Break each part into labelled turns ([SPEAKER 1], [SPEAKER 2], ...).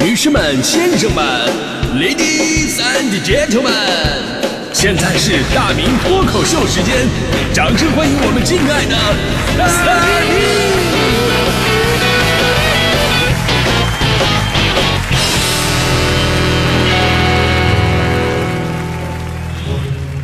[SPEAKER 1] 女士们、先生们，Ladies and Gentlemen，现在是大明脱口秀时间，掌声欢迎我们敬爱的大明！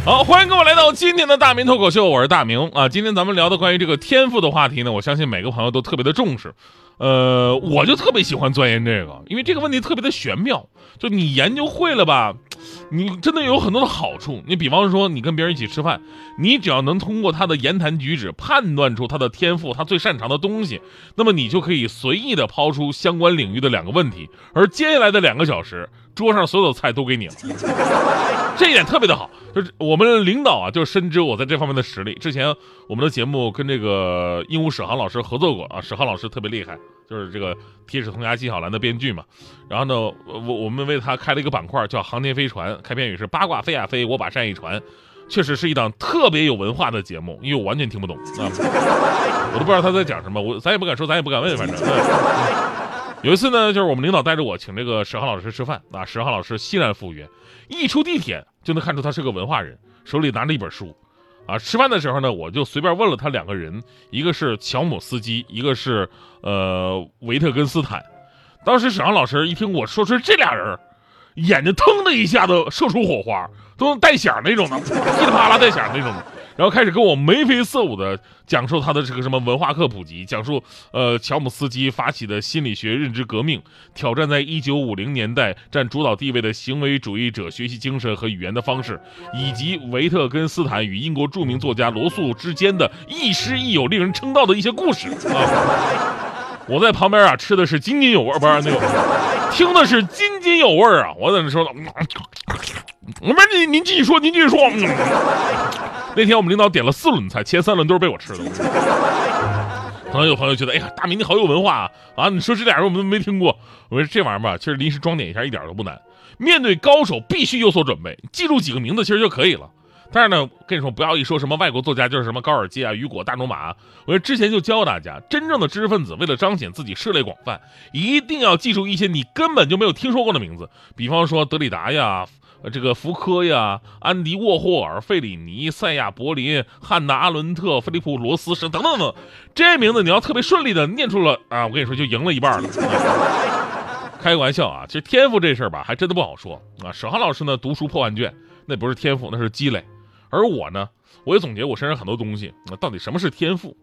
[SPEAKER 2] 好，欢迎各位来到今天的大明脱口秀，我是大明啊。今天咱们聊的关于这个天赋的话题呢，我相信每个朋友都特别的重视。呃，我就特别喜欢钻研这个，因为这个问题特别的玄妙。就你研究会了吧， 你真的有很多的好处。你比方说，你跟别人一起吃饭，你只要能通过他的言谈举止判断出他的天赋，他最擅长的东西，那么你就可以随意的抛出相关领域的两个问题。而接下来的两个小时，桌上所有的菜都给你了。这一点特别的好，就是我们领导啊，就深知我在这方面的实力。之前我们的节目跟这个鹦鹉史航老师合作过啊，史航老师特别厉害，就是这个《铁齿铜牙纪晓岚》的编剧嘛。然后呢，我我们为他开了一个板块叫“航天飞船”，开篇语是“八卦飞呀飞，我把扇一传”，确实是一档特别有文化的节目，因为我完全听不懂啊，我都不知道他在讲什么，我咱也不敢说，咱也不敢问，反正。有一次呢，就是我们领导带着我请这个史航老师吃饭啊，史航老师欣然赴约，一出地铁就能看出他是个文化人，手里拿着一本书，啊，吃饭的时候呢，我就随便问了他两个人，一个是乔姆斯基，一个是呃维特根斯坦。当时史航老师一听我说出这俩人儿，眼睛腾的一下子射出火花，都能带响那种的，噼里啪啦带响那种的。然后开始跟我眉飞色舞的讲述他的这个什么文化课普及，讲述呃乔姆斯基发起的心理学认知革命，挑战在一九五零年代占主导地位的行为主义者学习精神和语言的方式，以及维特根斯坦与英国著名作家罗素之间的亦师亦友、令人称道的一些故事啊。我在旁边啊吃的是津津有味儿，不是那个，听的是津津有味儿啊！我在那说呢，嗯不是您您继续说，您继续说。嗯那天我们领导点了四轮菜，前三轮都是被我吃的。可能有朋友觉得，哎呀，大明你好有文化啊！啊，你说这俩人我们都没听过。我说这玩意儿吧，其实临时装点一下一点都不难。面对高手，必须有所准备，记住几个名字其实就可以了。但是呢，跟你说，不要一说什么外国作家就是什么高尔基啊、雨果、大仲马啊、我说之前就教大家，真正的知识分子为了彰显自己涉猎广泛，一定要记住一些你根本就没有听说过的名字，比方说德里达呀。呃这个福柯呀、安迪沃霍尔、费里尼、塞亚柏林、汉娜·阿伦特、菲利普·罗斯什等等等，这些名字你要特别顺利的念出了啊，我跟你说就赢了一半了。 开个玩笑啊，其实天赋这事儿吧，还真的不好说啊。史航老师呢，读书破万卷，那不是天赋，那是积累。而我呢，我也总结我身上很多东西，那到底什么是天赋？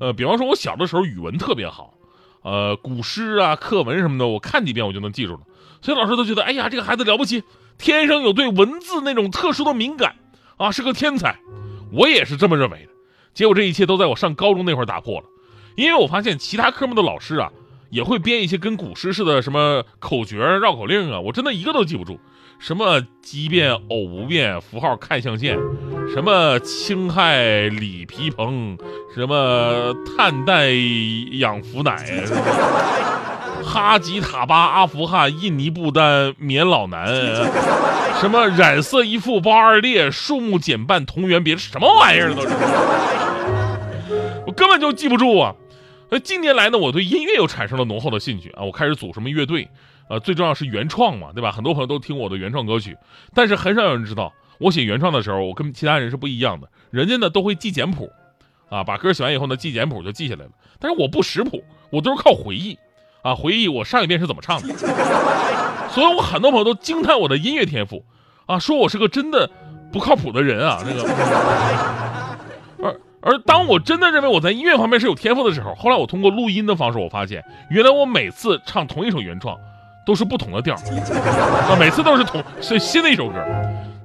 [SPEAKER 2] 呃，比方说，我小的时候语文特别好，呃，古诗啊、课文什么的，我看几遍我就能记住了，所以老师都觉得，哎呀，这个孩子了不起，天生有对文字那种特殊的敏感啊，是个天才。我也是这么认为的。结果这一切都在我上高中那会儿打破了，因为我发现其他科目的老师啊，也会编一些跟古诗似的什么口诀儿、绕口令啊，我真的一个都记不住。什么奇变、偶不变、符号看象限，什么氢氦锂铍硼，什么碳氮氧氟氖，什么哈吉塔巴、阿富汗、印尼、不丹、棉老南，什么染色一副包二裂、树木减半、同源别枝，什么玩意儿都是，我根本就记不住啊。那近年来呢，我对音乐又产生了浓厚的兴趣啊，我开始组什么乐队，呃，最重要是原创嘛，对吧？很多朋友都听我的原创歌曲，但是很少有人知道，我写原创的时候，我跟其他人是不一样的，啊人家呢都会记简谱，啊，把歌写完以后呢，记简谱就记下来了，但是我不识谱，我都是靠回忆，啊，回忆我上一遍是怎么唱的，所以我很多朋友都惊叹我的音乐天赋，啊，说我是个真的不靠谱的人啊，那个。而而当我真的认为我在音乐方面是有天赋的时候，后来我通过录音的方式，我发现原来我每次唱同一首原创都是不同的调儿，啊，每次都是同是新的一首歌。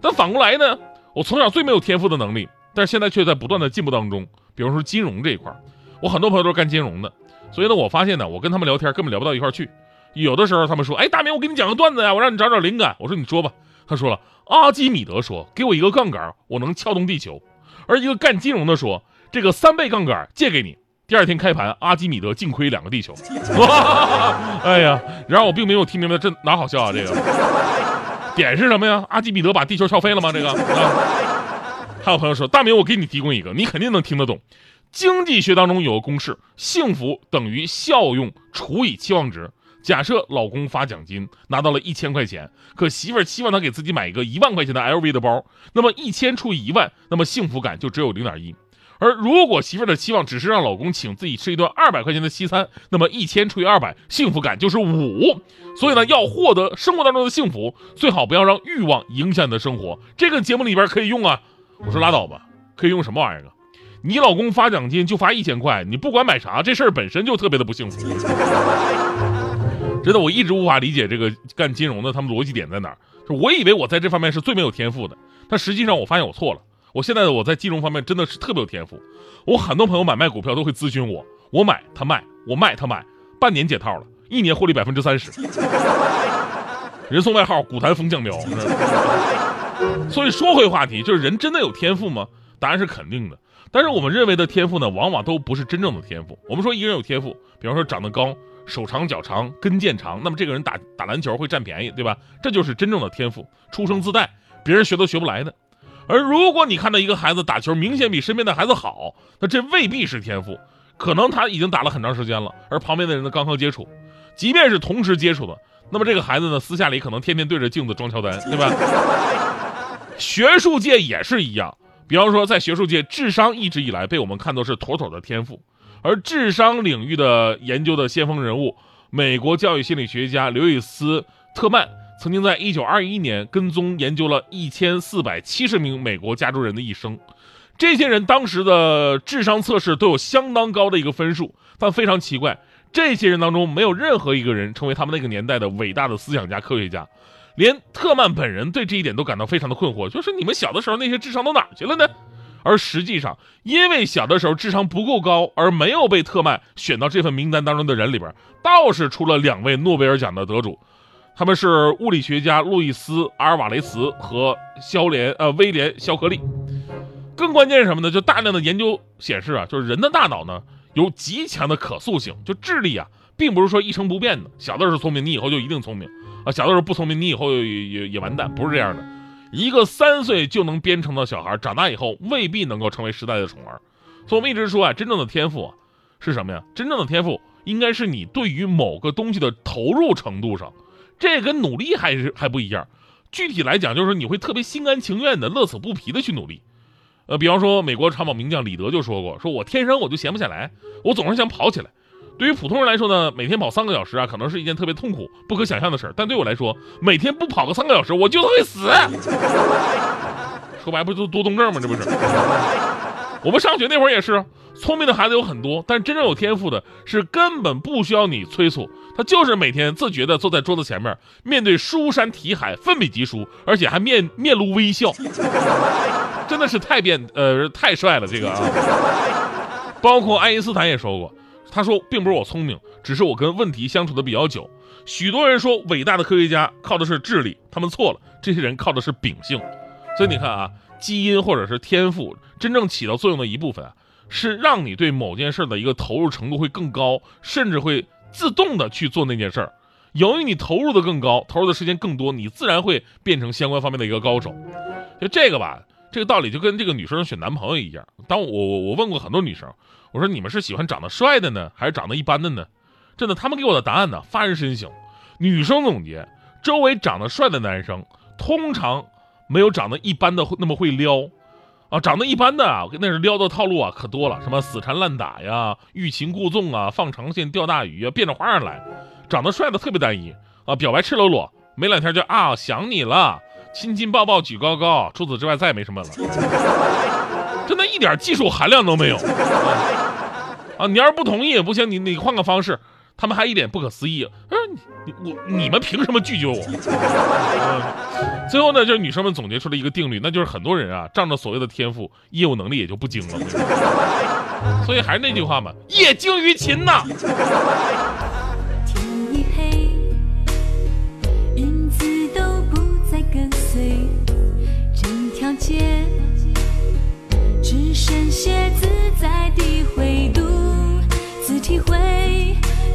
[SPEAKER 2] 但反过来呢，我从小最没有天赋的能力，但是现在却在不断的进步当中。比方说金融这一块儿，我很多朋友都是干金融的，所以呢，我发现呢，我跟他们聊天根本聊不到一块儿去。有的时候他们说：“哎，大明，我给你讲个段子呀、我让你找找灵感。”我说：“你说吧。”他说了：“阿基米德说，给我一个杠杆儿，我能撬动地球。”而一个干金融的说：“这个三倍杠杆借给你。”第二天开盘，阿基米德净亏两个地球。哎呀，然而我并没有听明白，这哪好笑啊？这个点是什么呀？阿基米德把地球敲飞了吗？这个？啊、还有朋友说，大明，我给你提供一个，你肯定能听得懂。经济学当中有个公式，幸福等于效用除以期望值。假设老公发奖金拿到了一千块钱，可媳妇儿期望他给自己买一个一万块钱的 LV 的包，那么一千除以一万，那么幸福感就只有零点一。而如果媳妇儿的期望只是让老公请自己吃一顿二百块钱的西餐，那么一千除以二百，幸福感就是五。所以呢，要获得生活当中的幸福，最好不要让欲望影响你的生活。这个节目里边可以用啊，我说拉倒吧，可以用什么玩意儿啊？你老公发奖金就发一千块，你不管买啥，这事儿本身就特别的不幸福。 真的，我一直无法理解这个干金融的他们逻辑点在哪儿。就我以为我在这方面是最没有天赋的，但实际上我发现我错了。我现在的我在金融方面真的是特别有天赋。我很多朋友买卖股票都会咨询我，我买他卖，我卖他买，半年解套了，一年获利百分之三十。人送外号“股坛风向标”。 所以说回话题，就是人真的有天赋吗？答案是肯定的。但是我们认为的天赋呢，往往都不是真正的天赋。我们说一个人有天赋，比方说长得高、手长脚长、跟腱长，那么这个人打打篮球会占便宜，对吧？这就是真正的天赋，出生自带，别人学都学不来的。而如果你看到一个孩子打球明显比身边的孩子好，那这未必是天赋，可能他已经打了很长时间了，而旁边的人呢刚刚接触。即便是同时接触的，那么这个孩子呢，私下里可能天天对着镜子装乔丹，对吧？学术界也是一样，比方说在学术界，智商一直以来被我们看作是妥妥的天赋，而智商领域的研究的先锋人物，美国教育心理学家刘易斯特曼。曾经在1921年跟踪研究了一千四百七十名美国加州人的一生，这些人当时的智商测试都有相当高的一个分数，但非常奇怪，这些人当中没有任何一个人成为他们那个年代的伟大的思想家、科学家，连特曼本人对这一点都感到非常的困惑，就是你们小的时候那些智商都哪儿去了呢？而实际上，因为小的时候智商不够高，而没有被特曼选到这份名单当中的人里边，倒是出了两位诺贝尔奖的得主。他们是物理学家路易斯·阿尔瓦雷茨和肖连呃威廉·肖克利。更关键是什么呢？就大量的研究显示啊，就是人的大脑呢有极强的可塑性，就智力啊，并不是说一成不变的。小的时候聪明，你以后就一定聪明啊；小的时候不聪明，你以后也也也完蛋，不是这样的。一个三岁就能编程的小孩，长大以后未必能够成为时代的宠儿。所以我们一直说啊，真正的天赋啊是什么呀？真正的天赋应该是你对于某个东西的投入程度上。这跟努力还是还不一样，具体来讲就是你会特别心甘情愿的、乐此不疲的去努力。呃，比方说美国长跑名将李德就说过：“说我天生我就闲不下来，我总是想跑起来。”对于普通人来说呢，每天跑三个小时啊，可能是一件特别痛苦、不可想象的事儿。但对我来说，每天不跑个三个小时，我就是会死。 说白不就多动症吗？这不是。我们上学那会儿也是，聪明的孩子有很多，但真正有天赋的是根本不需要你催促，他就是每天自觉地坐在桌子前面，面对书山题海，奋笔疾书，而且还面面露微笑， 真的是太变呃太帅了这个啊！啊包括爱因斯坦也说过，他说并不是我聪明，只是我跟问题相处的比较久。许多人说伟大的科学家靠的是智力，他们错了，这些人靠的是秉性。所以你看啊。基因或者是天赋真正起到作用的一部分啊，是让你对某件事的一个投入程度会更高，甚至会自动的去做那件事儿。由于你投入的更高，投入的时间更多，你自然会变成相关方面的一个高手。就这个吧，这个道理就跟这个女生选男朋友一样。当我我我问过很多女生，我说你们是喜欢长得帅的呢，还是长得一般的呢？真的，他们给我的答案呢，发人深省。女生总结：周围长得帅的男生通常。没有长得一般的那么会撩，啊，长得一般的啊，那是撩的套路啊，可多了，什么死缠烂打呀、欲擒故纵啊、放长线钓大鱼啊，变着花样来。长得帅的特别单一啊，表白赤裸裸，没两天就啊想你了，亲亲抱抱举高高，除此之外再也没什么了，真的一点技术含量都没有。啊，你要是不同意不行，你你换个方式。他们还一脸不可思议，嗯、啊，你我你们凭什么拒绝我、嗯？最后呢，就是女生们总结出了一个定律，那就是很多人啊，仗着所谓的天赋，业务能力也就不精了。所以还是那句话嘛，业精于勤呐。
[SPEAKER 3] 天已黑，影子都不再跟随，整条街只剩鞋子在地回，独自体会。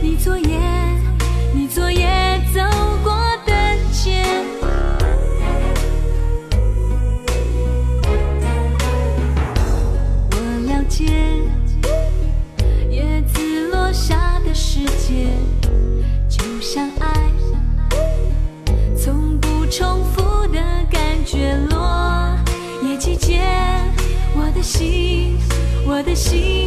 [SPEAKER 3] 你昨夜，你昨夜走过的街，我了解，叶子落下的世界。相爱，从不重复的感觉。落叶季节，我的心，我的心。